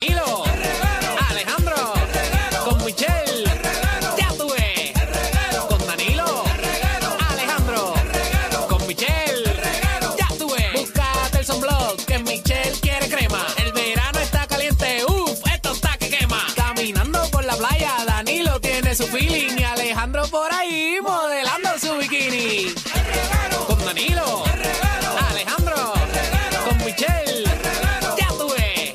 Hilo, Alejandro, con Michelle, ya tuve, con Danilo, Alejandro, con Michelle, ya tuve. Búscate el sunblock que Michelle quiere crema. El verano está caliente, uff, esto está que quema. Caminando por la playa, Danilo tiene su feeling y Alejandro por ahí modelando su bikini. Con Danilo, Alejandro, con Michelle, ya tuve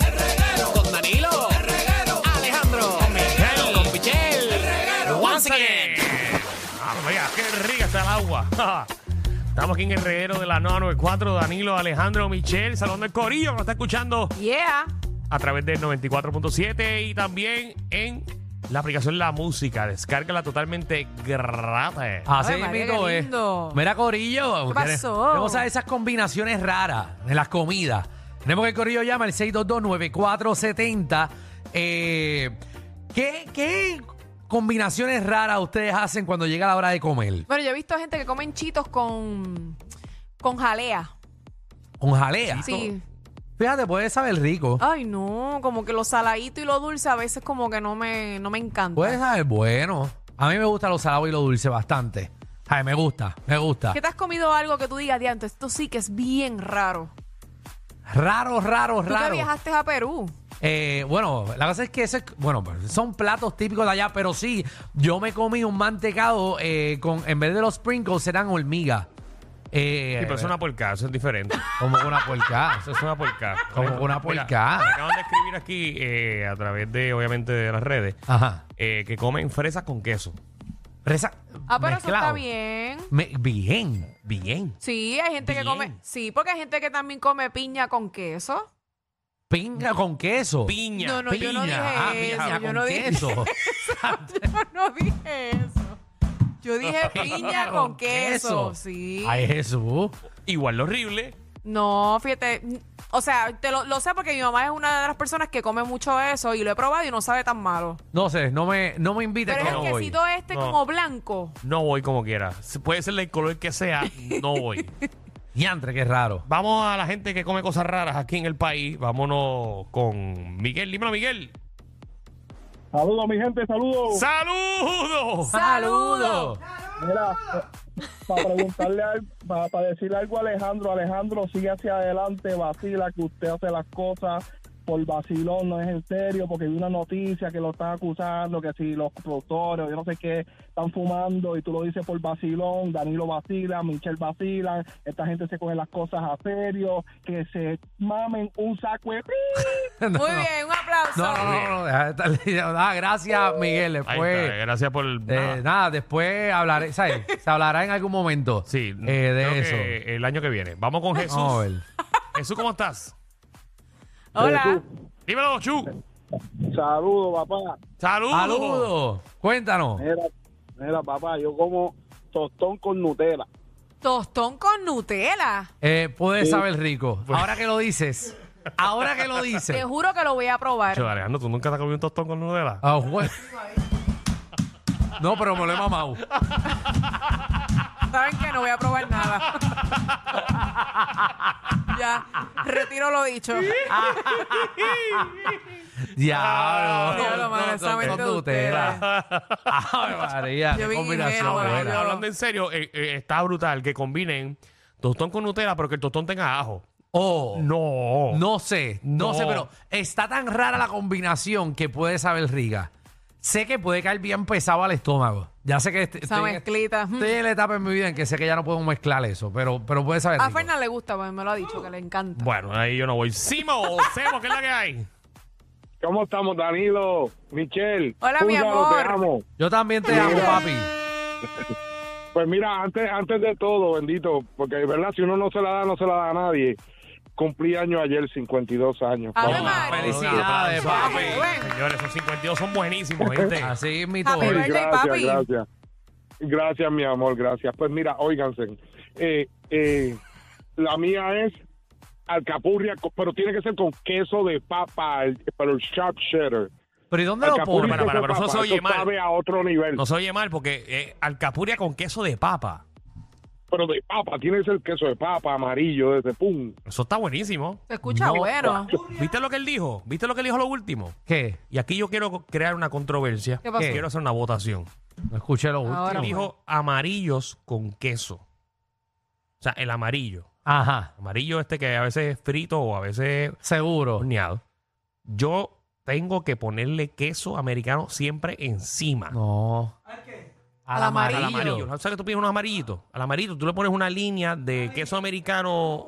con Danilo, Alejandro, con Michel, once again. Ah, mira, qué rica está el agua. Estamos aquí en el reguero de la 994, Danilo, Alejandro, Michelle, Salón del Corillo, que nos está escuchando Yeah. a través del 94.7 y también en la aplicación La Música. Descárgala totalmente gratis. Así Ay, María, mismo qué es. lindo. Mira, Corillo. ¿Qué pasó? Vamos a esas combinaciones raras en las comidas. Tenemos que el Corillo llama el 622-9470. Eh, ¿qué, ¿Qué combinaciones raras ustedes hacen cuando llega la hora de comer? Bueno, yo he visto gente que comen chitos con, con jalea. ¿Con jalea? Sí. Oh, Fíjate, puede saber rico. Ay, no, como que lo saladito y lo dulce a veces como que no me, no me encanta. Puede saber bueno. A mí me gusta lo salado y lo dulce bastante. Ay, me gusta, me gusta. ¿Qué te has comido algo que tú digas, diante? Esto sí que es bien raro. Raro, raro, Tú que raro. viajaste a Perú. Eh, bueno, la cosa es que ese, bueno, son platos típicos de allá, pero sí, yo me comí un mantecado eh, con, en vez de los sprinkles, eran hormigas. Eh, Sí, pero es una porca, eso es diferente. Como que una puerca. Eso es una porca. Como una puerca. me acaban de escribir aquí, eh, a través de, obviamente, de las redes, Ajá. eh, que comen fresas con queso. Reza- Ah, pero eso está mezclado. bien. Me- bien, bien. Sí, hay gente que Bien. come. Sí, porque hay gente que también come piña con queso. Pinga con queso. Piña. No, no, yo no dije ah, eso. piña yo con no dije queso. Yo no dije eso. Yo dije piña con queso. Sí. Ay, Jesús. Igual lo horrible. No, fíjate. n- O sea, te lo, lo sé porque mi mamá es una de las personas que come mucho eso y lo he probado y no sabe tan malo. No sé, no me, no me invites Pero es que el no voy. quesito este No. como blanco. No voy como quiera. Puede ser el color que sea, no voy. Diantre, qué raro. Vamos a la gente que come cosas raras aquí en el país. Vámonos con Miguel. Dímelo, Miguel. Saludos, mi gente, saludos. ¡Saludos! ¡Saludos! Mira, para preguntarle, para decirle algo a Alejandro, Alejandro, sigue hacia adelante, vacila, que usted hace las cosas por vacilón, no es en serio, porque vi una noticia que lo están acusando, que si los productores, yo no sé qué, están fumando y tú lo dices por vacilón, Danilo vacila, Michelle vacila, esta gente se coge las cosas a serio, que se mamen un saco de... No, Muy no. bien, un aplauso. No, no, no, no, deja de estar lidiando. Ah, gracias, Miguel. Ahí Después, está. Gracias por. el- Pues, eh, nada. nada, después hablaré, ¿sabes? Se hablará en algún momento Sí, eh, de creo eso. Ah, que El año que viene. Vamos con Jesús. Vamos a ver. Jesús, ¿cómo estás? Hola. Dímelo, Chu. Saludos, papá. ¡Saludos! Saludos. Cuéntanos. Mira, mira, papá, yo como tostón con Nutella. Tostón con Nutella. Eh, puedes saber rico. Pues- Ahora que lo dices. Ahora que lo Te dices. juro que lo voy a probar. Chu, Alejandro, ¿tú nunca te has comido un tostón con Nutella? Ah, bueno. No, pero me lo he mamado. Saben que no voy a probar nada. ya, retiro lo dicho. Ah, Diablo. Diablo, madre, esa con mente de Nutella. Ave María, Yo qué bien combinación ingenua, buena. yo- Hablando en serio, eh, eh, está brutal que combinen tostón con Nutella, pero que el tostón tenga ajo. Oh. No. No sé, no, No. sé, pero está tan rara la combinación que puede saber rica. Sé que puede caer bien pesado al estómago. Ya sé que est- Esa estoy, en- mezclita. estoy en la etapa en mi vida en que sé que ya no puedo mezclar eso, pero, pero puede saber A rico. Fernan le gusta, pues, me lo ha dicho, que le encanta. Bueno, ahí yo no voy. Simo, Semo, ¿qué es la que hay? ¿Cómo estamos, Danilo? Michelle. Hola, mi Púngalo, te amor. amo. Yo también te amo, papi. Pues mira, antes, antes de todo, bendito, porque de verdad, si uno no se la da, no se la da a nadie. Cumplí año ayer, 52 años. Ave papá. María. Felicidades, papi. Bueno. Señores, esos 52 son buenísimos, ¿viste? Así es mi Happy birthday, papi. gracias. Gracias, mi amor, gracias. Pues mira, óiganse, eh, eh, la mía es alcapurria, co- pero tiene que ser con queso de papa, el- pero el sharp cheddar. Pero ¿y dónde lo Alcapurria pones? Para, para, con pero eso papa, se oye mal. sabe a otro nivel, No se oye mal porque eh, alcapuria con queso de papa. pero de papa, tiene que ser queso de papa, amarillo, desde pum. Eso está buenísimo. Se escucha bueno. ¿Viste lo que él dijo? ¿Viste lo que él dijo lo último? ¿Qué? Y aquí yo quiero co- crear una controversia. ¿Qué pasó? Quiero hacer una votación. No escuché lo último. Ahora. Él dijo amarillos con queso. O sea, el amarillo. Ajá, Amarillo este que a veces es frito o a veces es seguro. horneado. Yo tengo que ponerle queso americano siempre encima. No. Al Al amarillo. amarillo. ¿Sabes que tú pides unos amarillitos? Al amarillo tú le pones una línea de queso americano.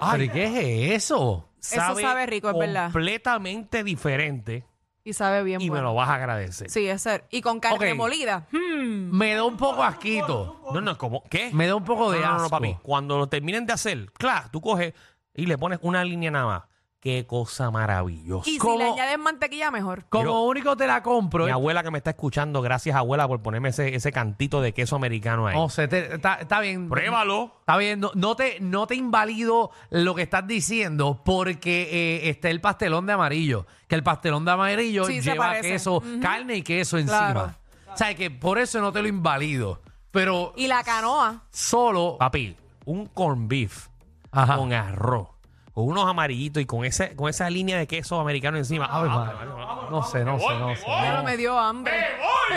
Ay, ¿Pero qué es eso? Eso sabe rico, es verdad. Completamente diferente Y sabe bien y me lo bueno. vas a agradecer. Sí, es ser. Y con carne Este. Ok. molida. Hmm. Me da un poco asquito. No, no, como ¿Qué? Me da un poco de no, no, no, asco. papi. Cuando lo terminen de hacer, claro, tú coges y le pones una línea nada más. Qué cosa maravillosa. Y si le ¿Cómo? añades mantequilla, mejor. Como único te la compro. Mi ¿eh? abuela que me está escuchando, gracias abuela por ponerme ese, ese cantito de queso americano ahí. No sé, te- está, está bien. Pruébalo. Está bien, no, no te, no te invalido lo que estás diciendo porque eh, está el pastelón de amarillo. Que el pastelón de amarillo Sí, se lleva parece. queso, Ujú. carne y queso encima. Claro. O sea, que por eso no te lo invalido. Pero Y la canoa. solo. Papi, un corn beef Ajá. con arroz, con unos amarillitos y con, ese, con esa línea de queso americano encima. Ave Ah, María. No sé, no sé, no sé. Pero no- me dio hambre.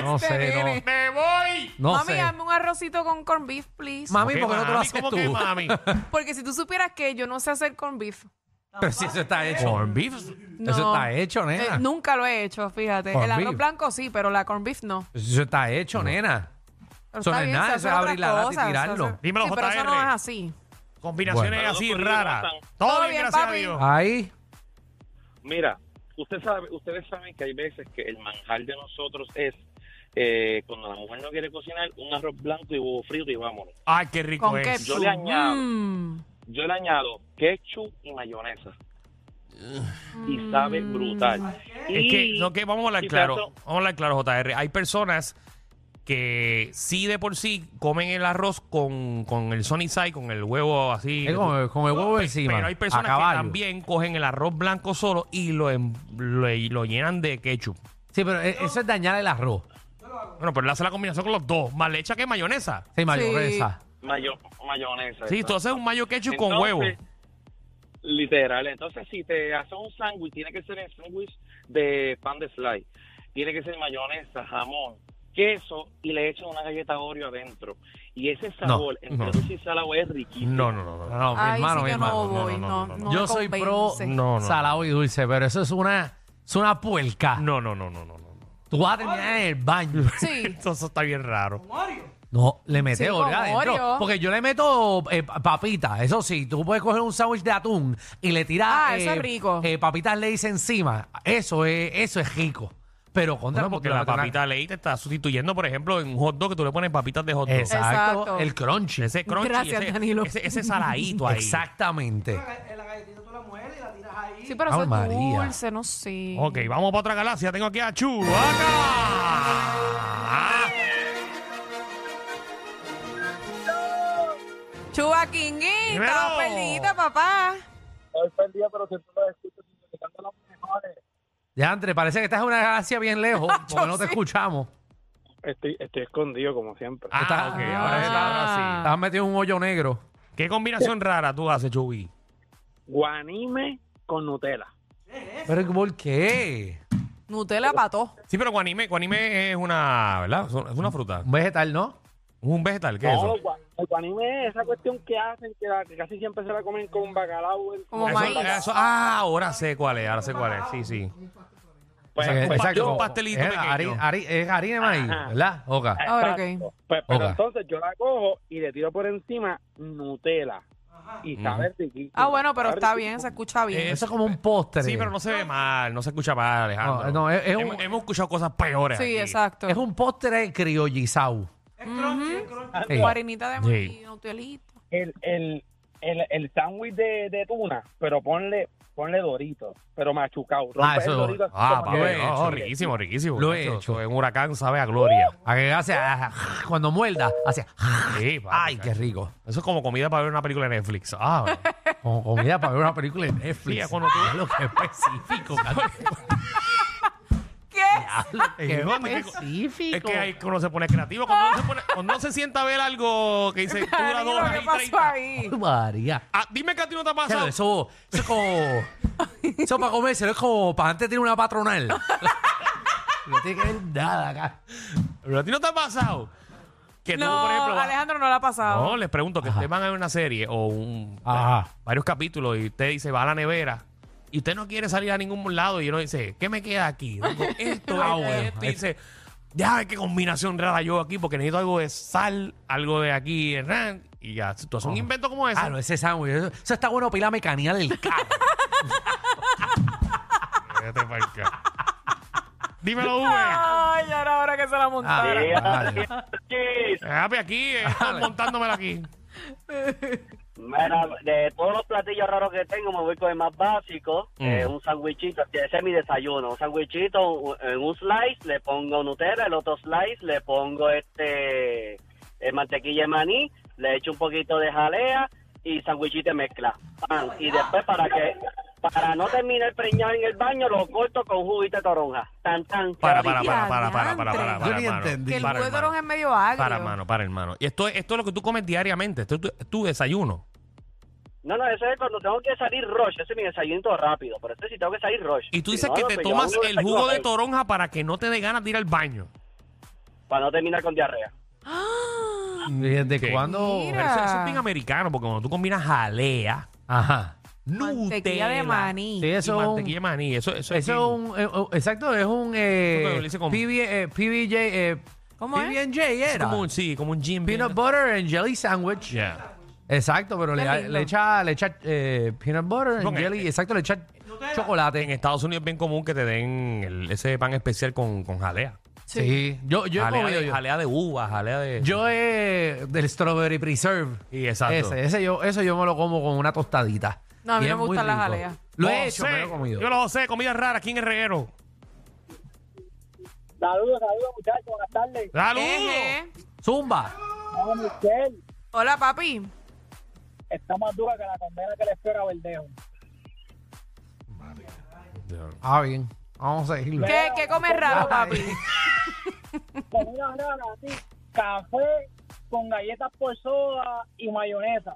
No Este sé, no. nene. No Mami, sé. dame un arrocito con corn beef, please. Mami, ¿Qué, ¿por qué no te lo mami? haces ¿Cómo tú? que, mami? Porque si tú supieras que yo no sé hacer corn beef. Pero si eso está hecho. corn beef. No. Eso está hecho, Eh, nena. nunca lo he hecho, fíjate. Corn el arroz beef. blanco sí, pero la corn beef no. Eso está hecho, nena. Pero Eso está no es bien, nada, se eso hacen es abrir otras la lata y cosas, se tirarlo. hace- Dímelo, sí, pero eso JR. no es así. Combinaciones Bueno. así Perdón por raras. el WhatsApp. Todo, Todo bien, bien, gracias a papi. Ah. Dios. Ahí. Mira, usted sabe, ustedes saben que hay veces que el manjar de nosotros es eh, cuando la mujer no quiere cocinar, un arroz blanco y huevo frito y vámonos. Ay, qué rico Con es. ketchup. Pues, Yo le añado. Mm. Yo le añado ketchup y mayonesa. Y sabe brutal. Es que, Y- no, que vamos a hablar y claro. plato- Vamos a hablar claro, JR. Hay personas que sí de por sí comen el arroz con, con el sunny side, con el huevo así. Es con, el- con el huevo encima. Pero hay a personas que caballo. también cogen el arroz blanco solo y lo, em- lo, y lo llenan de ketchup. Sí, pero e- eso es dañar el arroz. Bueno, pero él hace la combinación con los dos. Más leche que mayonesa. Sí, mayonesa. Mayo, mayonesa. Sí, tú exacto. haces un mayo ketchup con Entonces, huevo. Literal. Entonces, si te haces un sándwich, tiene que ser el sándwich de pan de fly. Tiene que ser mayonesa, jamón, queso y le echan una galleta Oreo adentro. Y ese sabor entre no. dulce y salado es riquísimo. No, no, no, no. No, no, mi Ahí sí hermano, mi que hermano. no voy, no, no, no, no Yo me soy pro convence. No, no. salado y dulce, pero eso es una, es una puerca. No, no, no, no, no. no. Tú vas a terminar en el baño. Sí. Eso, eso está bien raro. No, le metes Sí, con orga adentro. Oreo. Porque yo le meto eh, pa- papitas. Eso sí, tú puedes coger un sándwich de atún y le tiras Ah, eso es rico. eh, papitas Lay's encima. Eso es, eso es rico. Pero contra Bueno, porque tú le la metes una- papita ley te está sustituyendo, por ejemplo, en un hot dog que tú le pones papitas de hot dog. Exacto, Exacto. El crunchy. Ese crunchy, Gracias, ese, Danilo. ese, ese saladito ahí. Exactamente. Sí, pero eso Ave es María. dulce, no sé. Ok, vamos para otra galaxia. Tengo aquí a Chubaca. Chubaquinguito, Dímelo. pelita, papá. Hoy perdía, pero siempre los escucho significando las mejores. Ya, André, parece que estás en una galaxia bien lejos. porque no te sí. escuchamos. Estoy, estoy escondido, como siempre. Ah, Está- ok, ahora sí, Ah. ahora Estás metido en un hoyo negro. sí. ¿Qué combinación rara tú haces, Chubi? Guanime con Nutella. Pero ¿por qué? Nutella pató. Sí, pero guanime, guanime es una, ¿verdad? Es una fruta. Un vegetal, ¿no? Un vegetal, ¿qué es No, eso? el gua- el guanime es esa cuestión que hacen, que, la- que casi siempre se la comen con bacalao. en- Como Eso- maíz. eso- ah, ahora sé cuál es, ahora sé cuál es. Sí, sí. Pues, O sea, pues, exacto, un como- pastelito es pequeño. harina, hari- es harina de maíz, Ajá. ¿verdad? Oca. Ahora, Ah, exacto. ok. Pues, pero Ok. entonces yo la cojo y le tiro por encima Nutella. Y sabe riquísimo. Ah, bueno, pero Sabe está riquísimo. bien, se escucha bien. Eso es como un postre. Sí, pero no se ve mal, no se escucha mal, Alejandro. No, no, es- es un- hemos, hemos escuchado cosas peores. Sí, aquí. exacto. Es un postre criollizado. Ujú. Sí. Con harinita de maíz, Sí. nutelita. El, el, el, el sándwich de, de tuna, pero ponle ponle doritos, pero machucado. Ah, Rompe eso- el Dorito así ah, como lo que- he hecho. Oh, riquísimo, riquísimo. Lo he macho. hecho. Eso En huracán sabe a gloria. A que hace, ah, cuando muerda, hace, ah. Sí, papi, ay, chacho. qué rico. Eso es como comida para ver una película de Netflix. Ah, bueno. Como comida para ver una película en Netflix. Sí, cuando tú- Diablo, qué específico, ¿Qué? Diablo, qué Es que- específico. Es que ahí uno se pone creativo. Cuando uno se, pone- cuando uno se sienta a ver algo que dice dura dos Danilo, horas ¿Qué y pasó 30. Ay, ahí? María. Ah, dime que a ti no te ha Claro, pasado. eso, eso es como. Eso para comérselo es como para antes tiene una patronal. No tiene que ver nada acá. Pero a ti no te ha pasado. Que tú, No, por ejemplo, vas- Alejandro no la ha pasado. No, les pregunto que ustedes van a ver una serie o un, Ajá. varios capítulos y usted dice, va a la nevera y usted no quiere salir a ningún lado y uno dice, ¿qué me queda aquí? Tengo esto, esto, Ah, bueno. esto. Y dice, ya ves qué combinación rara yo aquí porque necesito algo de sal, algo de aquí, ran", y ya. Tú haces un invento como ese. Ah, no, ese sándwich. Eso, eso está bueno para la mecanía del carro. Vete pa'l ca- Dímelo, V. Ay, ya era hora que se la montara. Ah, vale. Ah, pues aquí, eh, están montándomela aquí. Mira, de todos los platillos raros que tengo, me voy con el más básico, Mm. eh, un sandwichito, ese es mi desayuno, un sandwichito, un- en un slice le pongo Nutella, el otro slice le pongo este eh, mantequilla de maní, le echo un poquito de jalea y sandwichito de mezcla. Pan. Y después para que para no terminar preñado en el baño, lo corto con juguito de toronja. Tan, tan. Para, qué rico. para, para, para, para, para, para, Yo para, ni hermano. entendí. que el Para, huevo de hermano. toronja es medio agrio. Para, hermano, para, hermano. Y esto, es- esto es lo que tú comes diariamente. Esto es tu, tu desayuno. No, no, eso es cuando tengo que salir rush, ese es mi desayuno rápido, pero este sí tengo que salir rush. Y tú Si dices no, que no, te pues yo tomas hago un el jugo de desayuno toronja para que no te dé ganas de ir al baño. Para no terminar con diarrea. ¿Desde ¿Qué? cuándo? Pero eso, eso Ah. es bien Mira. americano, porque cuando tú combinas jalea, Ajá. Mantequilla Nutella de maní. Sí, y eso es mantequilla de un. maní, eso, eso, Eso bien- es un. eh, oh, exacto, es un. Eh, Eso que le dice como- PB, eh, PBJ. Eh, ¿Cómo es? PB&J era. como un, sí, como un gym. Peanut butter and jelly sandwich. Yeah. Exacto, pero Qué le, lindo. le echa, le echa eh, peanut butter and Porque- jelly. Exacto, le echa chocolate. En Estados Unidos es bien común que te den el- ese pan especial con, con jalea. sí. Yo, yo he jalea, comido. de, yo. jalea de uva, jalea de... Yo he- del strawberry preserve. Sí, exacto. Ese, ese yo, eso yo me lo como con una tostadita. No, a mí Y no me es muy gustan las rico. jaleas. Lo José, he hecho, me lo he comido. Yo lo sé, comida rara aquí en el reguero. Saludos, saludos, muchachos. Buenas tardes. ¡Saludos! Eje. Zumba. Hola, Michelle. Hola, papi. Está más dura que la condena que le espera a Verdejo. Ah, bien. Vamos a seguirlo. ¿Qué, qué comes raro, papi? Comida rara, así. Café con galletas por soda y mayonesa.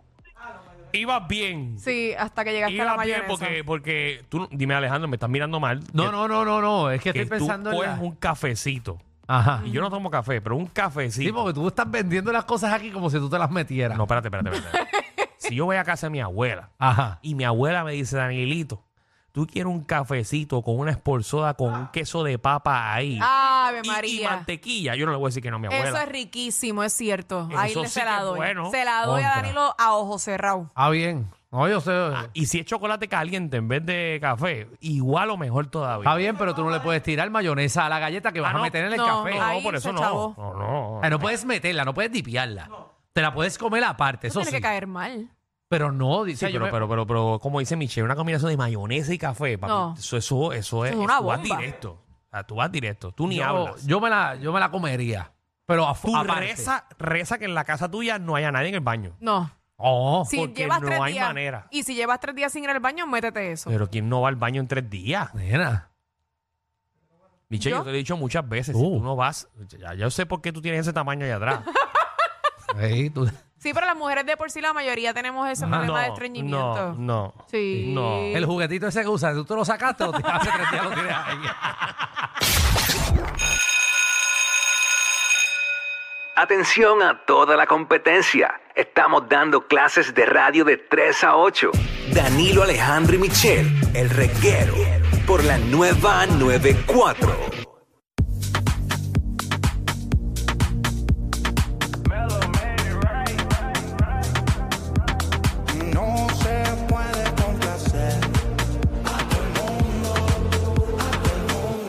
Ibas bien. Sí, hasta que llegaste a la Ibas bien mayonesa. porque, porque tú... Dime, Alejandro, me estás mirando mal. No, no, no, no, no. Es que, que estoy pensando tú en. coges la- un cafecito. Ajá. Y yo no tomo café, pero un Sí, cafecito. porque tú estás vendiendo las cosas aquí como si tú te las metieras. No, espérate, espérate, espérate. si yo voy a casa de mi abuela Ajá. y mi abuela me dice, Danielito, tú quieres un cafecito con una esporzada con un queso de papa ahí. Ave y- Y, María. mantequilla. Yo no le voy a decir que no a mi abuela. Eso es riquísimo, es cierto. Ahí Eso le- sí se que la es doy. bueno. Se la doy Contra. a Danilo a ojo cerrado. Ah, bien. No, yo sé. Y si es chocolate caliente en vez de café, igual o mejor todavía. Está bien, pero tú no le puedes tirar mayonesa a la galleta que vas Ah, no. a meter en el No, café. ahí no, por se eso no. chavó. No, no. O sea, no puedes meterla, no puedes dipiarla. Te la puedes comer aparte, eso Tiene sí. que caer mal. Pero no, Sí, dice yo pero, me- pero, pero, pero, como dice Michelle, una combinación de mayonesa y café, papi, No. eso, eso, eso es, es una tú vas bomba. directo. O sea, tú vas directo, tú ni yo, hablas. yo me la, yo me la comería. Pero a, tú aparte. reza, reza que en la casa tuya no haya nadie en el baño. No. Oh, Si porque llevas no tres hay días, manera. Y si llevas tres días sin ir al baño, métete eso. Pero ¿quién no va al baño en tres días? nena. Michelle, yo, ¿Yo? te lo he dicho muchas veces, si Tú. tú no vas, ya, ya sé por qué tú tienes ese tamaño allá atrás. Ey, tú- Sí, pero las mujeres de por sí, la mayoría tenemos ese Ajá. problema de Ah, no, estreñimiento. no. Sí. No. El juguetito ese que usas, tú te lo sacaste o te- hace tres días lo tienes ahí. Atención a toda la competencia. Estamos dando clases de radio de 3 a 8. Danilo Alejandro y Michel, el reguero, por la nueva 94.